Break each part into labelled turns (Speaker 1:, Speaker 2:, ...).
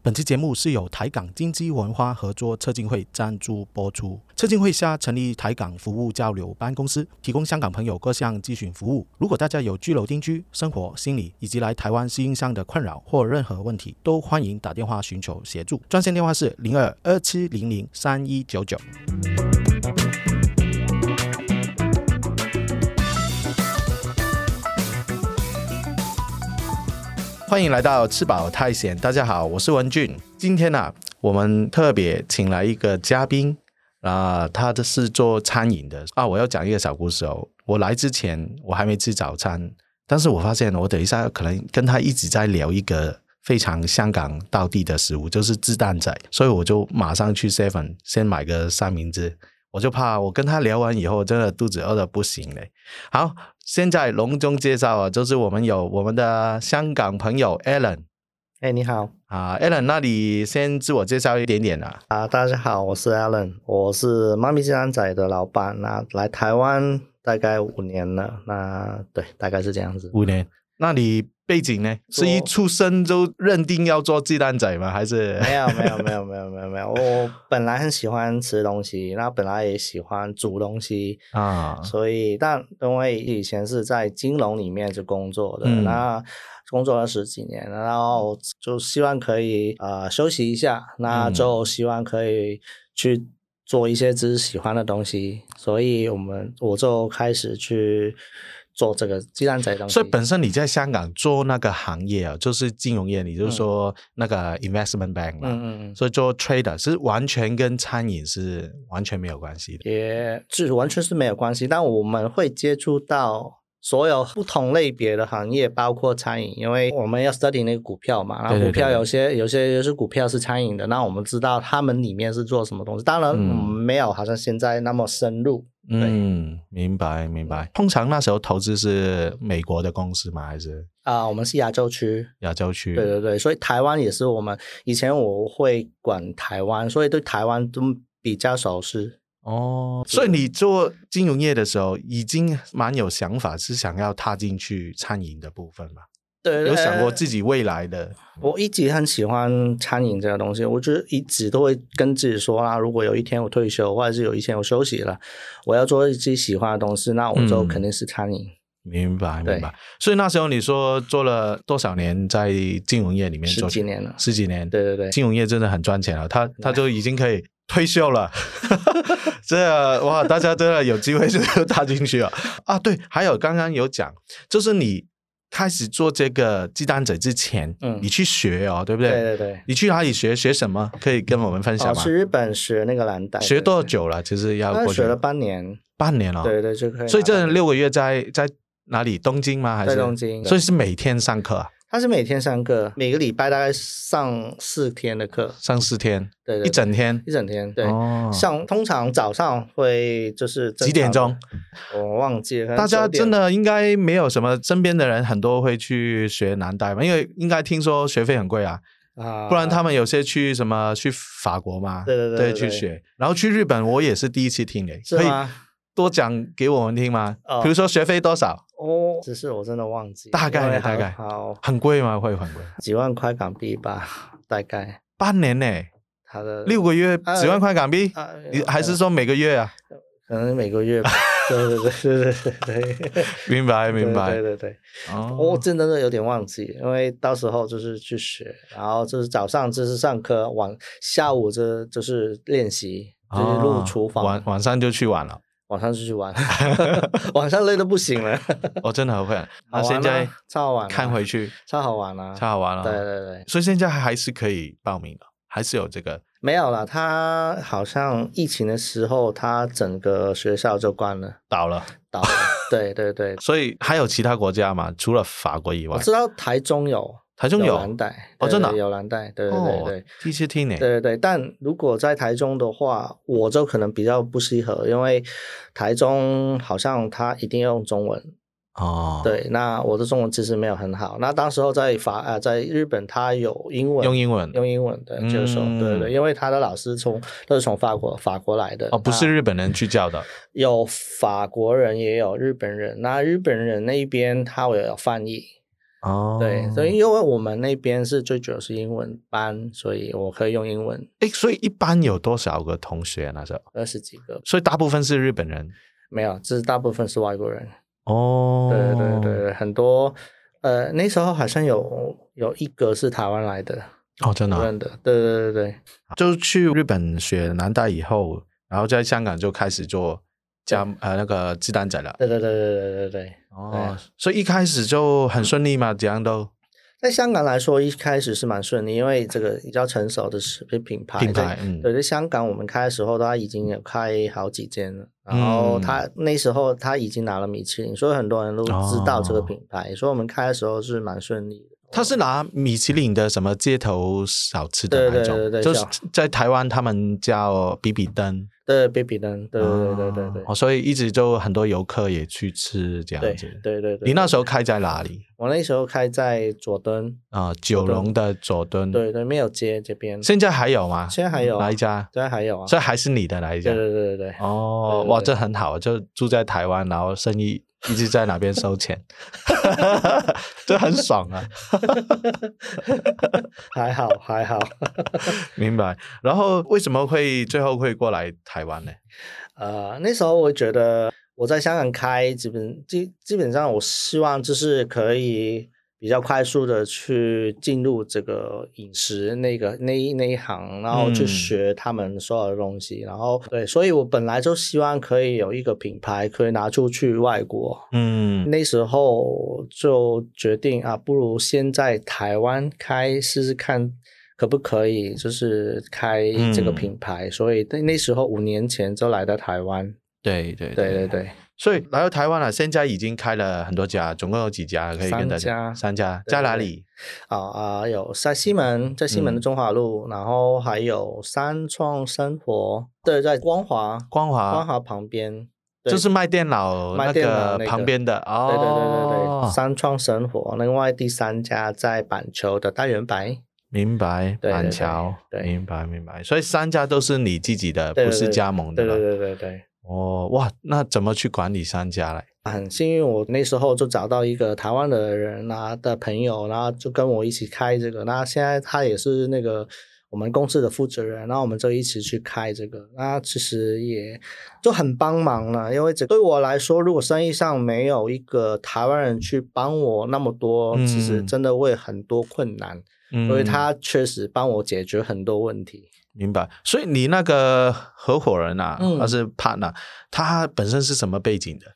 Speaker 1: 本期节目是由台港经济文化合作策进会赞助播出。策进会下成立台港服务交流办公司，提供香港朋友各项咨询服务。如果大家有居留、定居、生活、心理以及来台湾适应上的困扰或任何问题，都欢迎打电话寻求协助。专线电话是零二二七零零三一九九。欢迎来到吃饱太闲，大家好，我是文俊。今天呢、我们特别请来一个嘉宾啊、他的是做餐饮的啊。我要讲一个小故事哦。我来之前我还没吃早餐，但是我发现我等一下可能跟他一直在聊一个非常香港道地的食物，就是鸡蛋仔，所以我就马上去 Seven 先买个三明治。我就怕我跟他聊完以后，真的肚子饿的不行嘞。好，现在隆重介绍啊，就是我们有我们的香港朋友 Alan
Speaker 2: 哎、你好
Speaker 1: 啊，Alan，那你先自我介绍一点点啊。
Speaker 2: 啊，大家好，我是 Alan，我是妈咪鸡蛋仔的老板，那来台湾大概五年了，那对，大概是这样子。
Speaker 1: 五年，那你背景呢？
Speaker 2: 做
Speaker 1: 是一出生就认定要做鸡蛋仔吗？还是
Speaker 2: 没有没有没有没有没有没有，我本来很喜欢吃东西，那本来也喜欢煮东西，
Speaker 1: 啊？
Speaker 2: 所以但因为以前是在金融里面就工作的，
Speaker 1: 嗯
Speaker 2: 那工作了十几年，然后就希望可以呃休息一下，那
Speaker 1: 嗯
Speaker 2: 就希望可以去做一些自己喜欢的东西，所以我们我就开始去做这个鸡蛋仔东西。
Speaker 1: 所以本身你在香港做那个行业啊，就是金融业，你就说那个 investment bank 嘛，
Speaker 2: 嗯嗯嗯。
Speaker 1: 所以做 trader 是完全跟餐饮是完全没有关系的。
Speaker 2: 也是完全是没有关系，但我们会接触到所有不同类别的行业，包括餐饮，因为我们要 study 那个股票嘛，然
Speaker 1: 对
Speaker 2: 后
Speaker 1: 对
Speaker 2: 股票
Speaker 1: 对
Speaker 2: 有些有些有些股票是餐饮的，那我们知道他们里面是做什么东西，当然
Speaker 1: 嗯
Speaker 2: 我们没有好像现在那么深入，
Speaker 1: 嗯，明白明白。通常那时候投资是美国的公司吗？还是
Speaker 2: 啊、我们是亚洲区。
Speaker 1: 亚洲区？
Speaker 2: 对对对，所以台湾也是我们以前我会管台湾，所以对台湾都比较熟悉。
Speaker 1: 哦，所以你做金融业的时候已经蛮有想法，是想要踏进去餐饮的部分嘛？
Speaker 2: 对，
Speaker 1: 有想过
Speaker 2: 呃
Speaker 1: 自己未来的
Speaker 2: 我一直很喜欢餐饮这个东西，我就一直都会跟自己说啊，如果有一天我退休，或者是有一天我休息了，我要做自己喜欢的东西，那我就
Speaker 1: 嗯
Speaker 2: 肯定是餐饮。
Speaker 1: 明白
Speaker 2: 对
Speaker 1: 明白。所以那时候你说做了多少年在金融业里面
Speaker 2: 十
Speaker 1: 做？
Speaker 2: 几年了
Speaker 1: 十几年。
Speaker 2: 对对对，
Speaker 1: 金融业真的很赚钱了，他他就已经可以退休了。 这哇，大家真的有机会就踏进去了啊！对，还有刚刚有讲，就是你开始做这个鸡蛋仔之前，
Speaker 2: 嗯
Speaker 1: 你去学哦，对不
Speaker 2: 对对对。
Speaker 1: 你去哪里学？学什么？可以跟我们分享
Speaker 2: 哦，
Speaker 1: 吗？
Speaker 2: 去日本学那个蓝带，
Speaker 1: 学多
Speaker 2: 对？对
Speaker 1: 久了？其实要
Speaker 2: 大概
Speaker 1: 过去
Speaker 2: 学了半年，
Speaker 1: 半年了、
Speaker 2: 对对就可以拿到。
Speaker 1: 所以这六个月在在哪里？东京吗？还是
Speaker 2: 在东京
Speaker 1: 所以是每天上课、啊，
Speaker 2: 他是每天上课，每个礼拜大概上四天的课，
Speaker 1: 上四天，
Speaker 2: 对对对
Speaker 1: 一整天。
Speaker 2: 一整天，对。
Speaker 1: 哦
Speaker 2: 上通常早上会就是正
Speaker 1: 几点
Speaker 2: 常
Speaker 1: 钟？
Speaker 2: 的，我忘记了。可能
Speaker 1: 大家
Speaker 2: 9点
Speaker 1: 真的应该没有什么，身边的人很多会去学南大嘛，因为应该听说学费很贵啊，
Speaker 2: 啊，
Speaker 1: 不然他们有些去什么去法国嘛，
Speaker 2: 对对对对
Speaker 1: 去
Speaker 2: 对
Speaker 1: 学，然后去日本我也是第一次听嘞，
Speaker 2: 是
Speaker 1: 可以
Speaker 2: 吗
Speaker 1: 多讲给我们听吗？
Speaker 2: 哦
Speaker 1: 比如说学费多少，
Speaker 2: 哦，只是我真的忘记，
Speaker 1: 大概
Speaker 2: 因
Speaker 1: 呢
Speaker 2: 为
Speaker 1: 大
Speaker 2: 还
Speaker 1: 概
Speaker 2: 好
Speaker 1: 很贵吗？会很贵，
Speaker 2: 几万块港币吧，大概
Speaker 1: 半年呢，
Speaker 2: 他的
Speaker 1: 六个月
Speaker 2: 呃
Speaker 1: 几万块港币，
Speaker 2: 啊，
Speaker 1: 你
Speaker 2: 呃
Speaker 1: 还是说每个月啊？
Speaker 2: 可能每个 月吧，对对对对对对对，
Speaker 1: 明白 明
Speaker 2: 对
Speaker 1: 白，
Speaker 2: 对对，我
Speaker 1: 哦，
Speaker 2: 真的有点忘记，因为到时候就是去学，然后就是早上就是上课，晚下午这就是练习，就是入
Speaker 1: 哦
Speaker 2: 厨
Speaker 1: 晚
Speaker 2: 房，
Speaker 1: 晚上就去玩了，
Speaker 2: 晚上就 去玩，晚上累的不行了，
Speaker 1: 我哦真的很 会。 那
Speaker 2: 好玩
Speaker 1: 现在
Speaker 2: 啊超好玩啊
Speaker 1: 看回去
Speaker 2: 超好玩啊，
Speaker 1: 超好玩了，
Speaker 2: 对对对。
Speaker 1: 所以现在还是可以报名的，啊还是有这个
Speaker 2: 没有啦，他好像疫情的时候，他整个学校就关了，
Speaker 1: 倒了。
Speaker 2: 倒 了。对对对，
Speaker 1: 所以还有其他国家嘛？除了法国以外
Speaker 2: 我，知道台中有，
Speaker 1: 台中有
Speaker 2: 蓝带，
Speaker 1: 哦
Speaker 2: 对
Speaker 1: 真的啊
Speaker 2: 对有蓝带，对对对
Speaker 1: 哦
Speaker 2: 对。
Speaker 1: 第一次听呢。
Speaker 2: 对对对，但如果在台中的话，我就可能比较不适合，因为台中好像他一定要用中文。
Speaker 1: 哦，，
Speaker 2: 对，那我的中文其实没有很好。那当时候在法呃，在日本他有英文，
Speaker 1: 用英文
Speaker 2: 用英文的教授，对对
Speaker 1: 嗯
Speaker 2: 对，因为他的老师从都是从法国法国来的
Speaker 1: 哦，不
Speaker 2: 那
Speaker 1: 是日本人去教的。
Speaker 2: 有法国人，也有日本人。那日本人那一边他会有翻译，
Speaker 1: 哦，
Speaker 2: 对，所以因为我们那边是最主要是英文班，所以我可以用英文
Speaker 1: 诶，所以一般有多少个同学啊那时候？
Speaker 2: 二十几个，
Speaker 1: 所以大部分是日本人
Speaker 2: 没有，这是大部分是外国人。
Speaker 1: 哦，
Speaker 2: 对对对，对，很多呃那时候好像有有一个是台湾来的，
Speaker 1: 哦，真的啊、
Speaker 2: 认的，对对对对
Speaker 1: 就去日本学南大以后，然后在香港就开始做加呃那个鸡蛋仔了。
Speaker 2: 对对对对对对对。
Speaker 1: 哦，所以一开始就很顺利嘛，怎样都
Speaker 2: 在香港来说，一开始是蛮顺利，因为这个比较成熟的食品品牌，
Speaker 1: 品牌，嗯，
Speaker 2: 对，在香港我们开的时候，他已经有开好几间了。然
Speaker 1: 嗯
Speaker 2: 后他、那时候他已经拿了米其林，所以很多人都知道
Speaker 1: 哦
Speaker 2: 这个品牌，所以我们开的时候是蛮顺利的。
Speaker 1: 他是拿米其林的什么街头小吃的那
Speaker 2: 对对
Speaker 1: 种，
Speaker 2: 对对对
Speaker 1: 就是
Speaker 2: 像
Speaker 1: 在台湾他们叫比比登，
Speaker 2: 对 baby 灯，对对对对对
Speaker 1: 哦，所以一直就很多游客也去吃这
Speaker 2: 对
Speaker 1: 样子。
Speaker 2: 对对对。
Speaker 1: 你那
Speaker 2: 对
Speaker 1: 时候开在哪里？
Speaker 2: 我那时候开在佐敦，
Speaker 1: 啊、九龙的佐敦，
Speaker 2: 对对，没有街这边，
Speaker 1: 现在还有吗？
Speaker 2: 现在还有啊
Speaker 1: 哪一家？
Speaker 2: 现在还有啊，
Speaker 1: 所以还是你的哪一家？
Speaker 2: 对对对对对。
Speaker 1: 哦，
Speaker 2: 对对
Speaker 1: 哇，
Speaker 2: 对
Speaker 1: 这很好，就住在台湾，然后生 意一直在哪边收钱，这很爽啊，
Speaker 2: 还好还好，
Speaker 1: 明白。然后为什么会最后会过来台湾呢？
Speaker 2: 呃，那时候我觉得我在香港开，基本基基本上我希望就是可以比较快速的去进入这个饮食那个那一那一行，然后去
Speaker 1: 嗯
Speaker 2: 学他们所有的东西，然后对，所以我本来就希望可以有一个品牌可以拿出去外国，
Speaker 1: 嗯，
Speaker 2: 那时候就决定啊，不如先在台湾开试试看，可不可以就是开这个
Speaker 1: 嗯
Speaker 2: 品牌。所以那那时候五年前就来到台湾，
Speaker 1: 对对
Speaker 2: 对对对，
Speaker 1: 所以来到台湾了，啊现在已经开了很多家，总共有几家可以跟大家
Speaker 2: 三家
Speaker 1: 三家
Speaker 2: 对
Speaker 1: 在哪里？
Speaker 2: 啊啊，有在西门，在西
Speaker 1: 嗯
Speaker 2: 门的中华路，然后还有三创生活，对，在光华
Speaker 1: 光华，
Speaker 2: 光华旁边，对
Speaker 1: 就是卖电脑
Speaker 2: 卖
Speaker 1: 那
Speaker 2: 电脑
Speaker 1: 个
Speaker 2: 那个
Speaker 1: 旁边的
Speaker 2: 对
Speaker 1: 哦，
Speaker 2: 对对对对，三创生活。另外第三家在板桥的大圆白，
Speaker 1: 明白，
Speaker 2: 对对
Speaker 1: 板桥，
Speaker 2: 对对
Speaker 1: 明白明白，所以三家都是你自己的，
Speaker 2: 对
Speaker 1: 不
Speaker 2: 对
Speaker 1: 是加盟的
Speaker 2: 对
Speaker 1: 了
Speaker 2: 对。对对对。
Speaker 1: 哦，哇，那怎么去管理三家嘞？
Speaker 2: 很幸运，我那时候就找到一个台湾的人啊的朋友，然后就跟我一起开这个。那现在他也是那个我们公司的负责人，然后我们就一起去开这个。那其实也就很帮忙了，因为这对我来说，如果生意上没有一个台湾人去帮我那么多，
Speaker 1: 嗯
Speaker 2: 其实真的会很多困难。
Speaker 1: 嗯
Speaker 2: 所以他确实帮我解决很多问题。
Speaker 1: 明白，所以你那个合伙人啊，
Speaker 2: 嗯
Speaker 1: 他是 partner，他本身是什么背景的？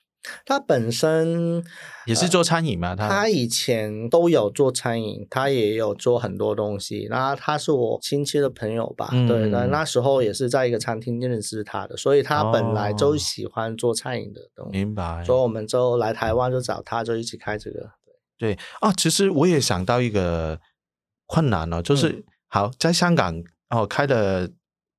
Speaker 2: 他本身
Speaker 1: 也是做餐饮吗？他
Speaker 2: 呃他以前都有做餐饮，他也有做很多东西。那他是我亲戚的朋友吧？
Speaker 1: 嗯
Speaker 2: 对，那那时候也是在一个餐厅认识他的，所以他本来
Speaker 1: 哦
Speaker 2: 就喜欢做餐饮的东西，
Speaker 1: 明白，
Speaker 2: 所以我们就来台湾就找他，就一起开这个。
Speaker 1: 对啊，其实我也想到一个困难哦，就是、
Speaker 2: 嗯
Speaker 1: 好在香港哦开的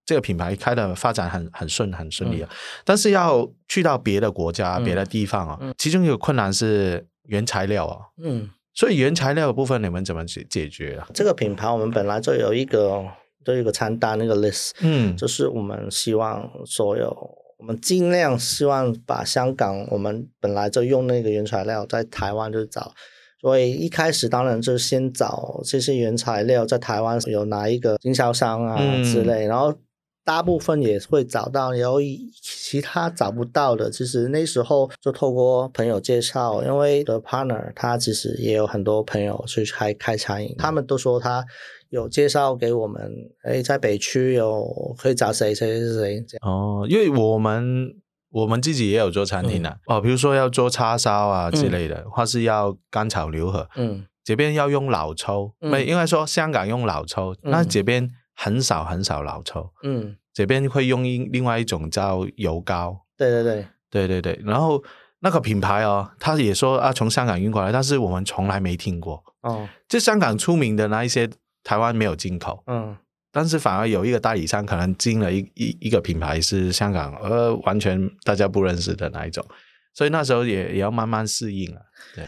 Speaker 1: 这个品牌开的发展很很顺很顺利啊，但是要去到别的国家、
Speaker 2: 嗯
Speaker 1: 别的地方哦，
Speaker 2: 嗯
Speaker 1: 其中有困难是原材料哦，
Speaker 2: 嗯，
Speaker 1: 所以原材料的部分你们怎么解解决啊？
Speaker 2: 这个品牌我们本来就有一个就有一个餐单那个 list，
Speaker 1: 嗯，
Speaker 2: 就是我们希望所有，我们尽量希望把香港我们本来就用那个原材料，在台湾就找。所以一开始当然就先找这些原材料，在台湾有哪一个经销商啊
Speaker 1: 嗯
Speaker 2: 之类，然后大部分也会找到，然后其他找不到的，其实那时候就透过朋友介绍，因为的 partner 他其实也有很多朋友去开开餐饮，他们都说他有介绍给我们，哎，在北区有可以找谁谁谁谁这样，
Speaker 1: 哦，因为我们我们自己也有做餐厅的、
Speaker 2: 嗯
Speaker 1: 哦，比如说要做叉烧啊之类的，或是要干炒牛河，
Speaker 2: 嗯
Speaker 1: 这边要用老抽，
Speaker 2: 嗯
Speaker 1: 没、应该说香港用老抽，
Speaker 2: 嗯
Speaker 1: 那这边很少很少老抽，
Speaker 2: 嗯，
Speaker 1: 这边会用一另外一种叫油膏，
Speaker 2: 对对对，
Speaker 1: 对对对，然后那个品牌哦，他也说啊从香港运过来，但是我们从来没听过，
Speaker 2: 哦，
Speaker 1: 就香港出名的那一些台湾没有进口。
Speaker 2: 嗯
Speaker 1: 但是反而有一个代理商可能进了一一一个品牌是香港，呃，完全大家不认识的那一种，所以那时候也也要慢慢适应了。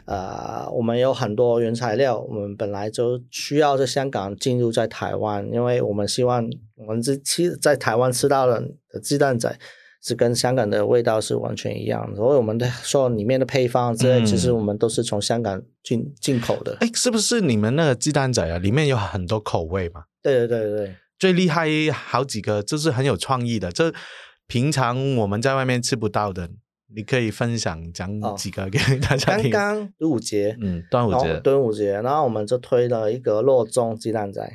Speaker 2: 呃，我们有很多原材料，我们本来就需要在香港进入呃在台湾，因为我们希望我们这吃在台湾吃到了的鸡蛋仔，是跟香港的味道是完全一样的。所以我们的说里面的配方之类，
Speaker 1: 嗯
Speaker 2: 其实我们都是从香港进进口的。
Speaker 1: 哎，是不是你们那个鸡蛋仔啊，里面有很多口味嘛？
Speaker 2: 对对对 对
Speaker 1: 最厉害好几个，就是很有创意的，这平常我们在外面吃不到的，你可以分享讲
Speaker 2: 哦
Speaker 1: 几个给 大家
Speaker 2: 刚
Speaker 1: 听。
Speaker 2: 刚端午节，
Speaker 1: 嗯，端午
Speaker 2: 然后
Speaker 1: 节
Speaker 2: 端午节，然后我们就推了一个肉粽鸡蛋仔，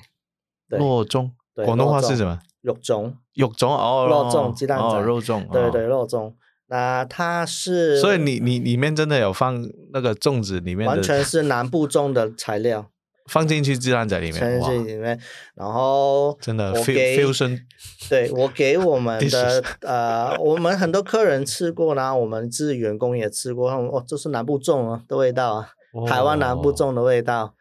Speaker 2: 对
Speaker 1: 肉粽，
Speaker 2: 对
Speaker 1: 广东话
Speaker 2: 肉粽
Speaker 1: 是什么？
Speaker 2: 肉粽，
Speaker 1: 肉粽哦，
Speaker 2: 肉粽
Speaker 1: 哦
Speaker 2: 鸡蛋
Speaker 1: 哦，
Speaker 2: 仔
Speaker 1: 肉粽，
Speaker 2: 对
Speaker 1: 哦
Speaker 2: 对，肉粽。那它是，
Speaker 1: 所以你你里面真的有放那个粽子里面
Speaker 2: 完全
Speaker 1: 的，
Speaker 2: 是南部种的材料，
Speaker 1: 放进去鸡蛋仔里面，
Speaker 2: 全
Speaker 1: 哇，
Speaker 2: 是里面。然后
Speaker 1: 真的
Speaker 2: 我
Speaker 1: fu-
Speaker 2: 给
Speaker 1: fusion
Speaker 2: 对我给我们
Speaker 1: Dishes
Speaker 2: 的呃，我们很多客人吃过啦，我们自己员工也吃过，他们哦，这是南部种啊的味道啊，台湾南部
Speaker 1: 哦
Speaker 2: 种的味道。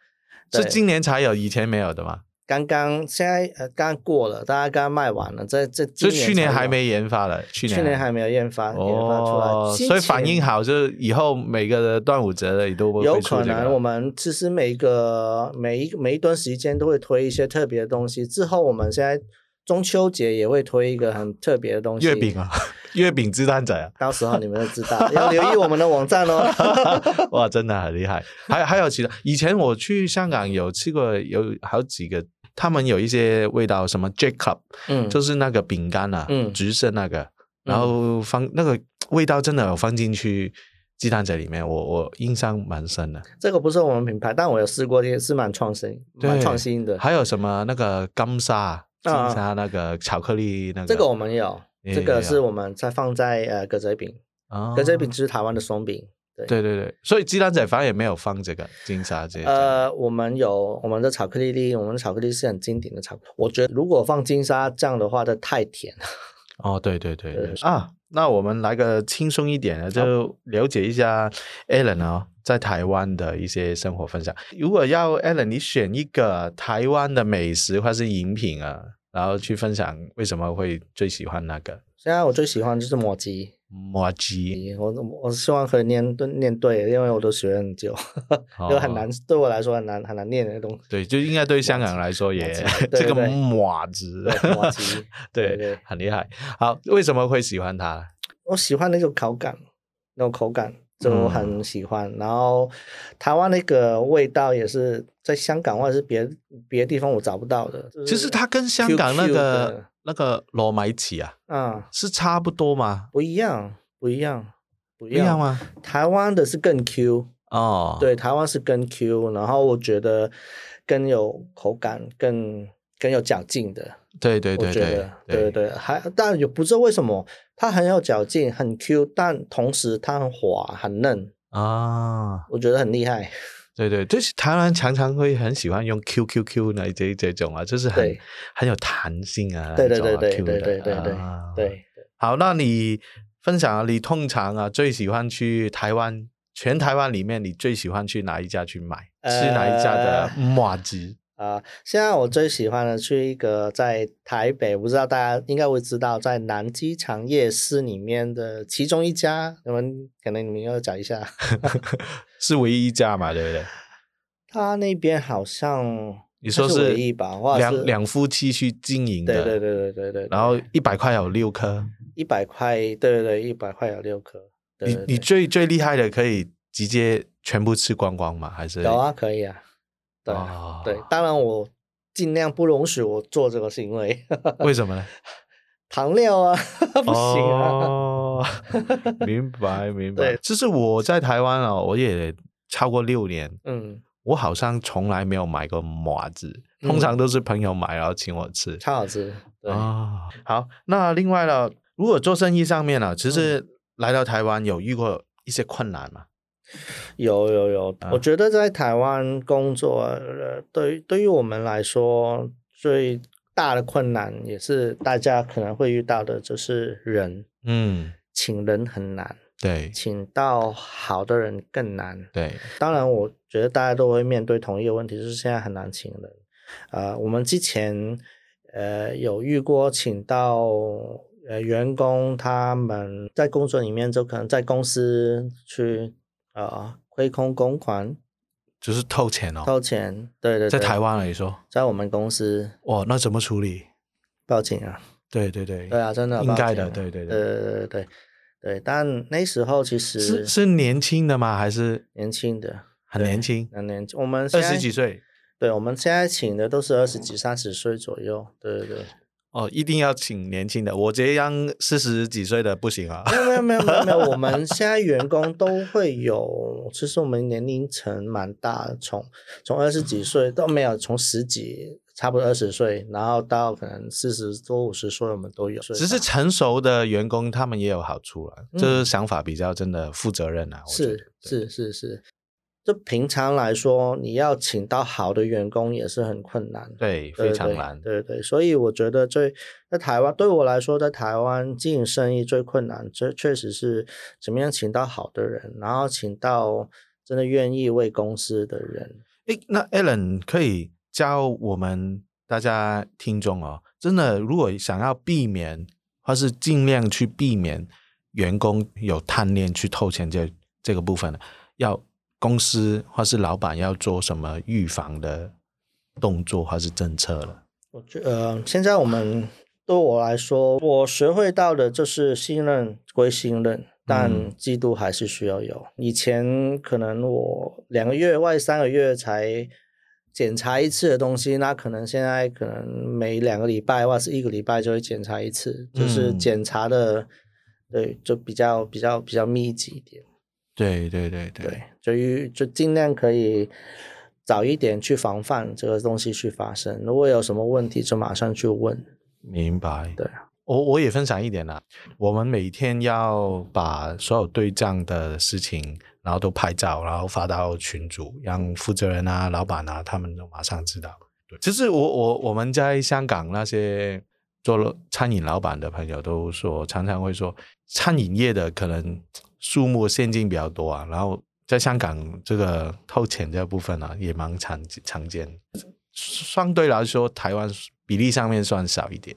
Speaker 1: 是
Speaker 2: 对
Speaker 1: 今年才有，以前没有的嘛，
Speaker 2: 刚刚现在呃刚过了，大家刚刚卖完了，这这今
Speaker 1: 就去年
Speaker 2: 才
Speaker 1: 还
Speaker 2: 有，
Speaker 1: 没研发的，去年
Speaker 2: 去年还没有研发、研发出
Speaker 1: 哦，
Speaker 2: 来，
Speaker 1: 所以反
Speaker 2: 应。
Speaker 1: 应好，就是以后每个的端午节的也都会
Speaker 2: 有
Speaker 1: 会出
Speaker 2: 可
Speaker 1: 这个
Speaker 2: 能我们其实每个每一每一段时间都会推一些特别的东西，之后我们现在中秋节也会推一个很特别的东西。
Speaker 1: 月饼， 啊，月饼鸡蛋仔啊，
Speaker 2: 到时候你们就知道，要留意我们的网站哦。
Speaker 1: 哇，真的很厉害。还还有其他，以前我去香港有吃过有好几个，他们有一些味道，什么 J Cup，
Speaker 2: 嗯，
Speaker 1: 就是那个饼干啊，
Speaker 2: 嗯
Speaker 1: 橘色那个，然后放那个味道真的有放进去鸡蛋仔里面，我我印象蛮深的。
Speaker 2: 这个不是我们品牌，但我有试过，也是蛮创新、
Speaker 1: 对
Speaker 2: 蛮创新的。
Speaker 1: 还有什么那个金沙，啊金沙那个巧克力那个，
Speaker 2: 啊这个我们有，
Speaker 1: 也
Speaker 2: 这
Speaker 1: 有
Speaker 2: 个是我们在放在呃葛仔饼，
Speaker 1: 哦
Speaker 2: 葛仔饼就是台湾的松饼。
Speaker 1: 对对对，所以鸡蛋仔反而也没有放这个金沙这个，
Speaker 2: 呃，我们有我们的巧克力粒，我们的巧克力是很经典的巧克力。我觉得如果放金沙酱的话，它太甜了。
Speaker 1: 哦，对对对对
Speaker 2: 对
Speaker 1: 啊，那我们来个轻松一点的，就了解一下 Alan 哦，在台湾的一些生活分享。如果要 Alan 你选一个台湾的美食或是饮品啊，然后去分享为什么会最喜欢那个
Speaker 2: 现啊在我最喜欢就是抹吉，
Speaker 1: 麻吉，
Speaker 2: 我我希望可以念对念对，因为我都学很久，
Speaker 1: 哦
Speaker 2: 就很难，对我来说很难很难念的东西。
Speaker 1: 对，就应该对香港人来说也
Speaker 2: 麻吉对
Speaker 1: 这个
Speaker 2: 对对
Speaker 1: 麻子，
Speaker 2: 对麻吉
Speaker 1: 对
Speaker 2: 对对
Speaker 1: 很厉害。好，为什么会喜欢它？
Speaker 2: 我喜欢那个口感，那种口感就
Speaker 1: 嗯
Speaker 2: 很喜欢。然后台湾那个味道也是在香港或者是别别的地方我找不到的。就是
Speaker 1: 其实它跟香港那
Speaker 2: QQ
Speaker 1: 个
Speaker 2: 的
Speaker 1: 那个糯米糍啊
Speaker 2: 嗯
Speaker 1: 是差不多吗？
Speaker 2: 不一样，不一样，不
Speaker 1: 不
Speaker 2: 一
Speaker 1: 一样
Speaker 2: 样。
Speaker 1: 吗？
Speaker 2: 台湾的是更 Q，
Speaker 1: 哦，
Speaker 2: 对，台湾是更 Q，然后我觉得更有口感，更更有嚼劲的。
Speaker 1: 对对对
Speaker 2: 我觉
Speaker 1: 对
Speaker 2: 得，对对，还但也不知道为什么它很有嚼劲，很 Q，但同时它很滑很嫩，
Speaker 1: 啊，
Speaker 2: 我觉得很厉害。
Speaker 1: 对对，就是台湾常常会很喜欢用 QQQ 那这这种啊，就是很
Speaker 2: 对
Speaker 1: 很有弹性啊，
Speaker 2: 对对
Speaker 1: 那种啊
Speaker 2: 对对
Speaker 1: Q 的
Speaker 2: 对对对对
Speaker 1: 啊
Speaker 2: 对，
Speaker 1: 好，那你分享啊，你通常啊最喜欢去台湾，全台湾里面你最喜欢去哪一家去买，吃哪一家
Speaker 2: 呃
Speaker 1: 的麻吉？
Speaker 2: 啊、现在我最喜欢的去一个在台北，不知道大家应该会知道，在南机场夜市里面的其中一家，你们可能你们要讲 一下，
Speaker 1: 是唯一一家嘛，对不对？
Speaker 2: 他那边好像
Speaker 1: 你说
Speaker 2: 它
Speaker 1: 是
Speaker 2: 唯一吧，或者
Speaker 1: 两
Speaker 2: 是
Speaker 1: 两夫妻去经营的，
Speaker 2: 对对对对对对，
Speaker 1: 然后一百块有六颗，
Speaker 2: 一百块，对对对，一百块有六颗，对
Speaker 1: 你
Speaker 2: 对
Speaker 1: 你
Speaker 2: 对
Speaker 1: 最最厉害的可以直接全部吃光光吗？还是
Speaker 2: 有啊，可以啊，对啊
Speaker 1: 哦
Speaker 2: 对，当然我尽量不容许我做这个行为，
Speaker 1: 为什么呢？
Speaker 2: 糖尿啊不行啊，
Speaker 1: 哦，明白明白
Speaker 2: 对。
Speaker 1: 就是我在台湾哦，我也超过六年，
Speaker 2: 嗯，
Speaker 1: 我好像从来没有买过麻子，通常都是朋友买然后请我吃。
Speaker 2: 超好吃，对，
Speaker 1: 啊、好，那另外呢，如果做生意上面呢，其
Speaker 2: 嗯
Speaker 1: 实来到台湾有遇过一些困难嘛？
Speaker 2: 有有有，
Speaker 1: 啊
Speaker 2: 我觉得在台湾工作，呃，对于对于我们来说，最大的困难也是大家可能会遇到的，就是人，
Speaker 1: 嗯，
Speaker 2: 请人很难，
Speaker 1: 对
Speaker 2: 请到好的人更难。
Speaker 1: 对，
Speaker 2: 当然，我觉得大家都会面对同一个问题，就是现在很难请人。呃，我们之前呃有遇过请到呃员工，他们在工作里面就可能在公司去呃亏空公款、
Speaker 1: 就是偷钱哦，
Speaker 2: 掏钱，对对对，嗯
Speaker 1: 在台湾来说，
Speaker 2: 在我们公司
Speaker 1: 哇，那怎么处理？
Speaker 2: 报警啊，
Speaker 1: 对对对，
Speaker 2: 对啊，真的
Speaker 1: 应该的
Speaker 2: 抱歉
Speaker 1: 对
Speaker 2: 啊
Speaker 1: 对对
Speaker 2: 对对对对。但那时候其
Speaker 1: 是
Speaker 2: 实
Speaker 1: 是年轻的吗？还是
Speaker 2: 年轻的，
Speaker 1: 很年轻？
Speaker 2: 很年轻。我们
Speaker 1: 二
Speaker 2: 现在
Speaker 1: 十几，岁
Speaker 2: 对，我们现在请的都是二十几、三十岁左右。对对对，
Speaker 1: 哦，一定要请年轻的。我这样四十几岁的不行啊。
Speaker 2: 没 有没有没有没有没有，我们现在员工都会有，其实我们年龄层蛮大的，从从二十几岁都没有，从十几差不多二十岁，然后到可能四十多五十岁，我们都有。
Speaker 1: 只是成熟的员工，他们也有好处了，
Speaker 2: 嗯
Speaker 1: 就是想法比较真的负责任啊。我觉得
Speaker 2: 是，是是是，就平常来说，你要请到好的员工也是很困难。
Speaker 1: 对，
Speaker 2: 对
Speaker 1: 非常
Speaker 2: 对
Speaker 1: 难。
Speaker 2: 对对，所以我觉得最在台湾对我来说，在台湾经营生意最困难，这确实是怎么样请到好的人，然后请到真的愿意为公司的人。
Speaker 1: 诶，那 Alan 可以教我们大家听众哦，真的，如果想要避免，或是尽量去避免员工有贪恋去偷钱这这个部分，要公司或是老板要做什么预防的动作或是政策了？
Speaker 2: 我觉呃，现在我们对我来说，我学会到的就是信任归信任，但
Speaker 1: 嗯
Speaker 2: 嫉妒还是需要有。以前可能我两个月或者三个月才检查一次的东西，那可能现在可能每两个礼拜或者是一个礼拜就会检查一次，就是
Speaker 1: 嗯
Speaker 2: 检查的，对，就比较比较比较密集一点。
Speaker 1: 对对对对
Speaker 2: 对，就于就尽量可以早一点去防范这个东西去发生。如果有什么问题，就马上去问。
Speaker 1: 明白。
Speaker 2: 对，
Speaker 1: 我我也分享一点啦。我们每天要把所有对账的事情，然后都拍照，然后发到群组，让负责人啊、老板啊他们都马上知道。对，其实我我我们在香港那些做了餐饮老板的朋友都说，常常会说，餐饮业的可能数目现金比较多啊，然后在香港这个偷钱这部分啊，也蛮常常见。相对来说，台湾比例上面算少一点。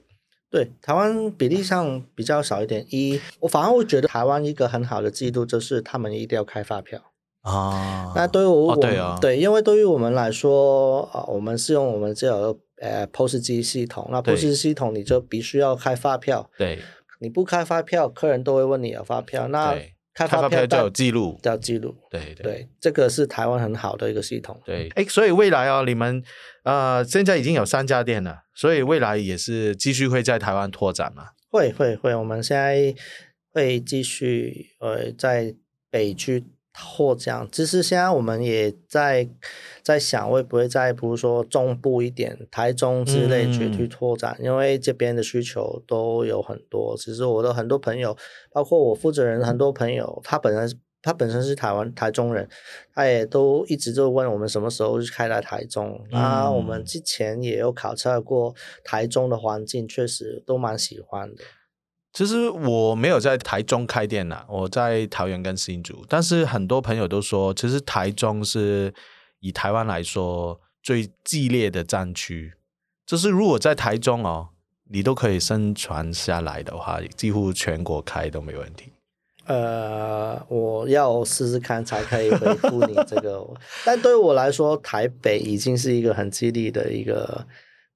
Speaker 2: 对，台湾比例上比较少一点。一，我反而会觉得台湾一个很好的制度就是他们一定要开发票。
Speaker 1: 啊
Speaker 2: 那对于我
Speaker 1: 哦
Speaker 2: 们、
Speaker 1: 对啊
Speaker 2: 因为对于我们来说，啊，我们是用我们这有呃 POS 机系统，那
Speaker 1: 对
Speaker 2: POS 系统你就必须要开发票，
Speaker 1: 对
Speaker 2: 你不开发票，客人都会问你有发票，那
Speaker 1: 对，
Speaker 2: 开
Speaker 1: 啊发票就
Speaker 2: 代
Speaker 1: 有记录，
Speaker 2: 要记录。
Speaker 1: 对对
Speaker 2: 对，这个是台湾很好的一个系统。
Speaker 1: 对，哎，所以未来哦，你们呃现在已经有三家店了，所以未来也是继续会在台湾拓展嘛？
Speaker 2: 会会会，我们现在会继续呃在北区拓展。其实现在我们也在在想，会不会在比如说中部一点、台中之类去
Speaker 1: 嗯
Speaker 2: 去拓展，因为这边的需求都有很多。其实我的很多朋友，包括我负责人很多朋友，他本来他本身是台湾台中人，他也都一直就问我们什么时候开来台中。那、我们
Speaker 1: 嗯
Speaker 2: 之前也有考察过台中的环境，确实都蛮喜欢的。
Speaker 1: 其实我没有在台中开店啦，我在桃园跟新竹，但是很多朋友都说，其实台中是以台湾来说最激烈的战区，就是如果在台中哦，你都可以生存下来的话，几乎全国开都没问题。
Speaker 2: 呃，我要试试看才可以回复你这 个。但对我来说，台北已经是一个很激励的一个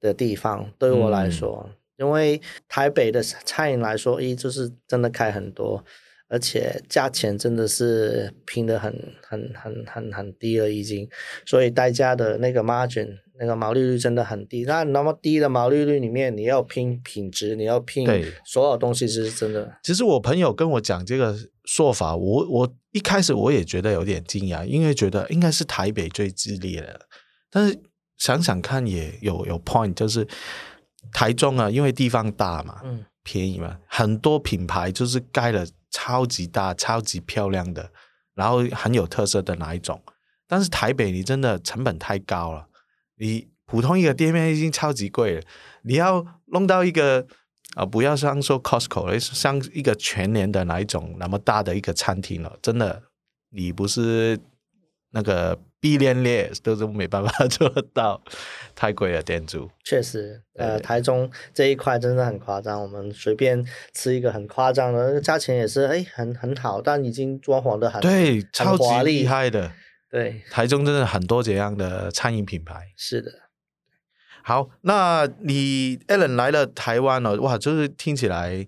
Speaker 2: 的地方。对我来
Speaker 1: 嗯
Speaker 2: 说，因为台北的餐饮来说，一就是真的开很多，而且价钱真的是拼的很很很很很低了已经，所以大家的那个 margin 那个毛利率真的很低。那那么低的毛利率里面，你要拼品质，你要拼
Speaker 1: 对
Speaker 2: 所有东西，是真的。
Speaker 1: 其实我朋友跟我讲这个说法，我我一开始我也觉得有点惊讶，因为觉得应该是台北最激烈的，但是想想看也有有 point，就是台中啊，因为地方大嘛，
Speaker 2: 嗯，
Speaker 1: 便宜嘛，很多品牌就是盖了超级大、超级漂亮的，然后很有特色的那一种。但是台北你真的成本太高了，你普通一个店面已经超级贵了，你要弄到一个啊、呃不要像说 Costco 了，像一个全年的哪一种那么大的一个餐厅了，真的你不是那个 B 链列都都没办法做到，太贵了店主。
Speaker 2: 确实，呃，
Speaker 1: 对
Speaker 2: 台中这一块真的很夸张。我们随便吃一个很夸张的，那个价钱也是哎很很好，但已经装潢的很
Speaker 1: 对，超级
Speaker 2: 华丽
Speaker 1: 厉害的。
Speaker 2: 对，
Speaker 1: 台中真的很多这样的餐饮品牌。
Speaker 2: 是的，
Speaker 1: 好，那你 Alan 来了台湾了，哇，就是听起来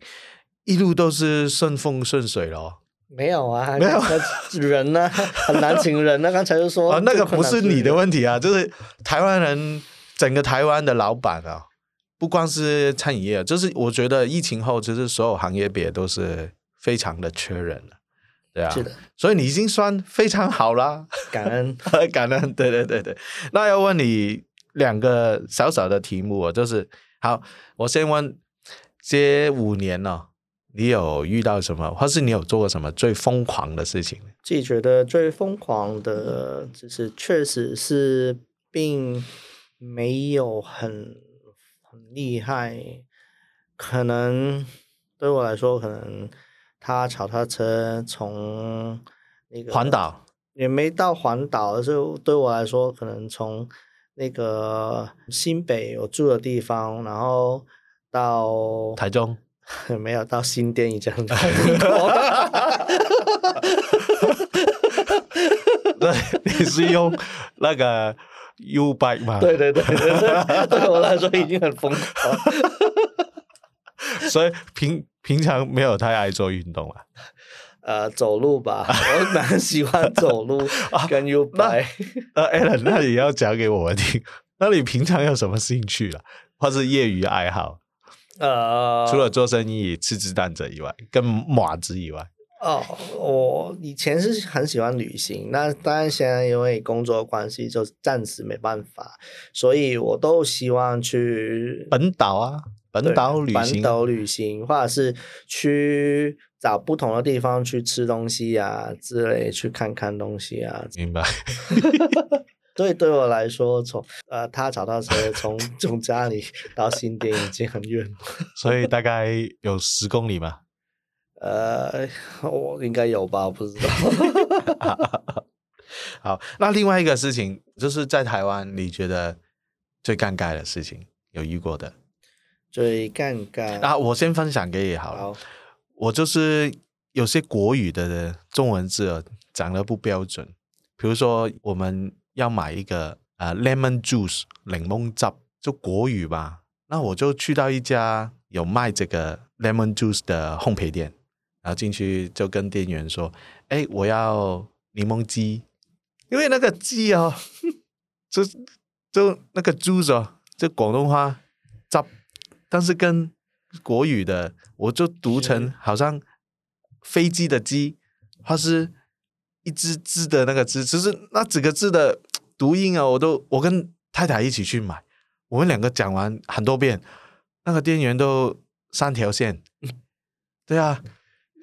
Speaker 1: 一路都是顺风顺水咯。
Speaker 2: 没有啊，没有 人呢、很难请人呢、刚才就说
Speaker 1: 啊，那
Speaker 2: 最
Speaker 1: 个
Speaker 2: 困
Speaker 1: 不
Speaker 2: 难
Speaker 1: 是
Speaker 2: 之
Speaker 1: 你
Speaker 2: 一
Speaker 1: 的问题啊，就是台湾人整个台湾的老板啊，不光是餐饮业，啊就是我觉得疫情后，就是所有行业别都是非常的缺人了，对啊，
Speaker 2: 是的，
Speaker 1: 所以你已经算非常好啦。
Speaker 2: 感恩。
Speaker 1: 感恩，对对对对。那要问你两个小小的题目哦，就是好，我先问这五年呢、你有遇到什么，或是你有做过什么最疯狂的事情？
Speaker 2: 自己觉得最疯狂的，
Speaker 1: 嗯
Speaker 2: 就是确实是并没有很很厉害，可能对我来说，可能他脚踏车从那个
Speaker 1: 环岛
Speaker 2: 也没到环岛，而是对我来说，可能从那个新北我住的地方，然后到
Speaker 1: 台中，
Speaker 2: 没有到新店已 经很
Speaker 1: 对，你是用那个 U bike 嘛？
Speaker 2: 对对对对对，对我来说已经很疯狂了。
Speaker 1: 所以平平常没有太爱做运动啊了。
Speaker 2: 呃，走路吧，我蛮喜欢 走路
Speaker 1: 啊
Speaker 2: 跟 U 拜。
Speaker 1: 呃 a l a n 那你要讲给我们听， 那你平常有什么兴趣了，或是业余爱好？
Speaker 2: 呃，
Speaker 1: 除了做生意、吃鸡蛋者以外，跟马子以外，
Speaker 2: 哦，我以前是很喜欢旅行，那当然现在因为工作关系，就暂时没办法，所以我都希望去
Speaker 1: 本岛啊，本
Speaker 2: 对
Speaker 1: 岛旅
Speaker 2: 本
Speaker 1: 行，
Speaker 2: 岛旅行，或者是去找不同的地方去吃东西啊之类，去看看东西啊
Speaker 1: 明白？
Speaker 2: 所以对我来说，从呃他找到车从 从家里到新店已经很远了，
Speaker 1: 所以大概有十公里嘛。
Speaker 2: 呃， 我应该有吧，我不知道。
Speaker 1: 好，那另外一个事情就是在台湾，你觉得最尴尬的事情有遇过的？
Speaker 2: 最尴 尬，
Speaker 1: 啊，我先分享给你好了。
Speaker 2: 好，
Speaker 1: 我就是有些国语的中文字哦讲的不标准，比如说我们要买一个呃 lemon juice 柠檬汁，就国语吧。那我就去到一家有卖这个 lemon juice 的烘焙店，然后进去就跟店员说：“哎，我要柠檬鸡，因为那个鸡哦， 就就那个 juice 哦，就广东话汁，但是跟国语的我就读成
Speaker 2: 是
Speaker 1: 好像飞机的机，它是一只只的那个只，其实那几个字的读音啊，我都我跟太太一起去买，我们两个讲完很多遍，那个店员都三条线，对啊，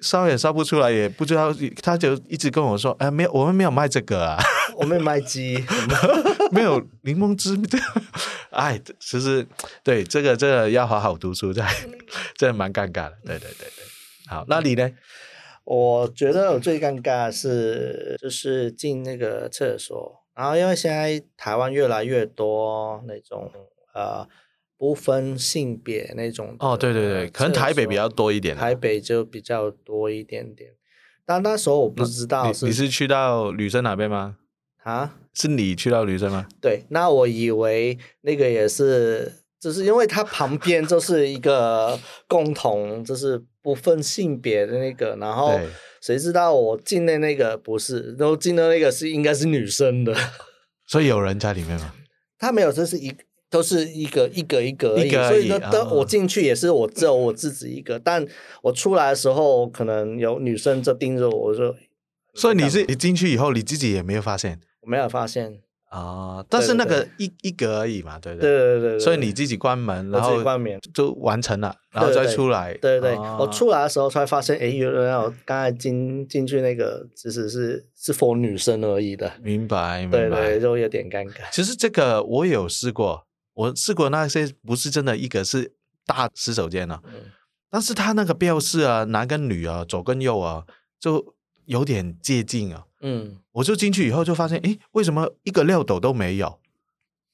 Speaker 1: 烧也烧不出来，也不知道，他就一直跟我说，哎，没有，我们没有卖这个啊，
Speaker 2: 我没有卖鸡，我们
Speaker 1: 没有柠檬汁， 哎，其实对这个这个要好好读书，这 这蛮尴尬的，对对对对。好，那你呢？
Speaker 2: 我觉得我最尴尬的是就是进那个厕所，然后因为现在台湾越来越多那种呃不分性别那种
Speaker 1: 哦，对对
Speaker 2: 的
Speaker 1: 对，可能台北
Speaker 2: 厕所
Speaker 1: 比较多一点啊。
Speaker 2: 台北就比较多一点点。但那时候我不知道
Speaker 1: 你你啊是去到女生那边吗？
Speaker 2: 啊，
Speaker 1: 是你去到女生吗？
Speaker 2: 对，那我以为那个也是，就是因为它旁边就是一个共同，就是不分性别的那个，然后
Speaker 1: 对
Speaker 2: 谁知道我进的那个不是，然后进的那个是应该是女生的，
Speaker 1: 所以有人在里面吗？
Speaker 2: 他没有，这是一都是一个一个一个而已，
Speaker 1: 一个而
Speaker 2: 所
Speaker 1: 已
Speaker 2: 以呢，都、
Speaker 1: 啊
Speaker 2: 我进去也是我只有我自己一个，但我出来的时候可能有女生就盯着我说，
Speaker 1: 所以你是你进去以后，你自己也没有发现
Speaker 2: 我没有发现，
Speaker 1: 啊、但是那个一一格而已嘛，对不
Speaker 2: 对
Speaker 1: 对？
Speaker 2: 对对对，
Speaker 1: 所以你自己关门，
Speaker 2: 我
Speaker 1: 然
Speaker 2: 自
Speaker 1: 后
Speaker 2: 己关门。
Speaker 1: 就完成了，然后
Speaker 2: 对对
Speaker 1: 再
Speaker 2: 对
Speaker 1: 出来。
Speaker 2: 对对，
Speaker 1: 啊
Speaker 2: 我出来的时候才发现，诶，原来我刚才进进去那个只是是是 for 女生而已的，
Speaker 1: 明白明白。
Speaker 2: 对对，就有点尴尬。
Speaker 1: 其实这个我也有试过，我试过那些不是真的一个是大洗手间啊，
Speaker 2: 嗯
Speaker 1: 但是它那个标示啊，男跟女啊，左跟右啊，就有点接近啊。
Speaker 2: 嗯，
Speaker 1: 我就进去以后就发现，诶，为什么一个漏斗都没有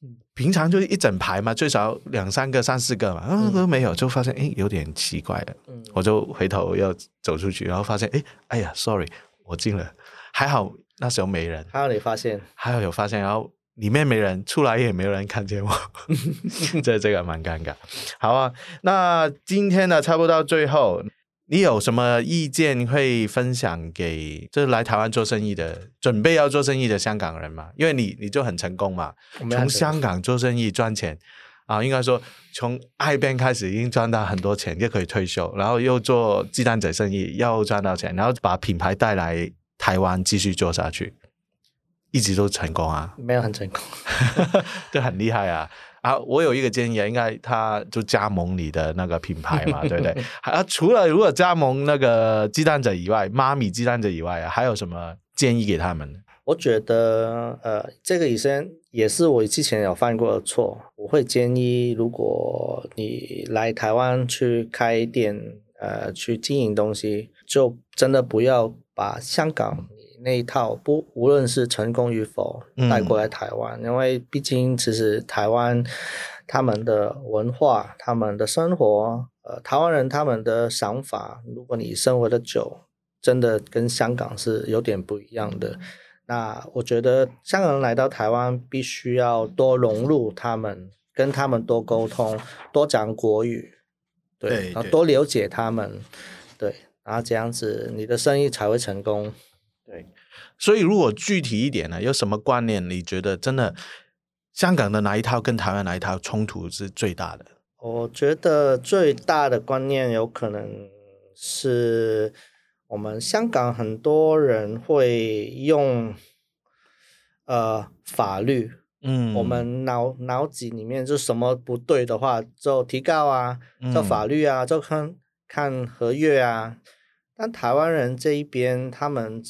Speaker 2: 嗯？
Speaker 1: 平常就是一整排嘛，最少两三个、三四个嘛，啊
Speaker 2: 嗯
Speaker 1: 都没有，就发现诶有点奇怪了。
Speaker 2: 嗯
Speaker 1: 我就回头要走出去，然后发现诶，哎呀，sorry，我进了，还好那时候没人，
Speaker 2: 还有你发现
Speaker 1: 还好有发现，然后里面没人，出来也没有人看见我，这这个蛮尴尬。好啊，那今天呢，差不多到最后，你有什么意见会分享给就是来台湾做生意的、准备要做生意的香港人吗？因为你你就很成功嘛，
Speaker 2: 我们要
Speaker 1: 从
Speaker 2: 怎么
Speaker 1: 香港做生意赚钱啊，应该说从 I 边开始已经赚到很多钱，又可以退休，然后又做鸡蛋仔生意，又赚到钱，然后把品牌带来台湾继续做下去，一直都成功啊。
Speaker 2: 没有很成功。
Speaker 1: 这很厉害啊！啊，我有一个建议啊，应该他就加盟你的那个品牌嘛，对不 对？啊，除了如果加盟那个鸡蛋仔以外，妈咪鸡蛋仔以外啊，还有什么建议给他们呢？
Speaker 2: 我觉得呃，这个以前也是我之前有犯过的错。我会建议，如果你来台湾去开店，呃，去经营东西，就真的不要把香港那一套不，无论是成功与否
Speaker 1: 嗯
Speaker 2: 带过来台湾，因为毕竟其实台湾他们的文化、他们的生活，呃，台湾人他们的想法，如果你生活的久，真的跟香港是有点不一样的。那我觉得香港人来到台湾，必须要多融入他们，跟他们多沟通，多讲国语，对，
Speaker 1: 对
Speaker 2: 然后
Speaker 1: 对
Speaker 2: 多了解他们，对，然后这样子你的生意才会成功。
Speaker 1: 所以如果具体一点呢，有什么观念你觉得真的香港的哪一套跟台湾哪一套冲突是最大的？
Speaker 2: 我觉得最大的观念有可能是我们香港很多人会用呃法律，
Speaker 1: 嗯
Speaker 2: 我们脑脑子里面就什么不对的话就提告啊，就
Speaker 1: 嗯
Speaker 2: 法律啊，就看看合约啊。但台湾人这一边，他们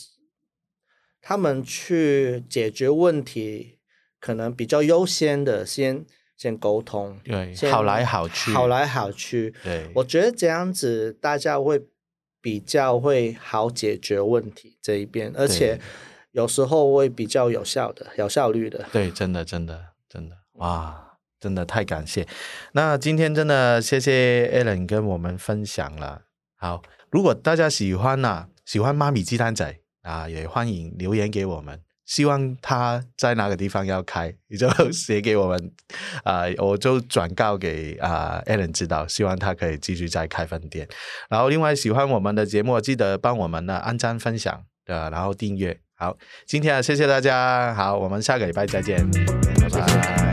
Speaker 2: 他们去解决问题，可能比较优先的先先沟通，
Speaker 1: 对
Speaker 2: 先
Speaker 1: 好来好去，
Speaker 2: 好来好去。
Speaker 1: 对，
Speaker 2: 我觉得这样子大家会比较会好解决问题这一边，而且
Speaker 1: 对
Speaker 2: 有时候会比较有效的、有效率的。
Speaker 1: 对，真的，真的，真的，哇，真的太感谢。那今天真的谢谢 Alan 跟我们分享了。好，如果大家喜欢呐、喜欢妈咪鸡蛋仔啊，也欢迎留言给我们。希望他在哪个地方要开，你就 写给我们，啊、我就转告给啊、Alan 知道，希望他可以继续再开分店。然后，另外喜欢我们的节目，记得帮我们呢按赞、分享对吧？然后订阅。好，今天啊，谢谢大家，好，我们下个礼拜再见，拜拜。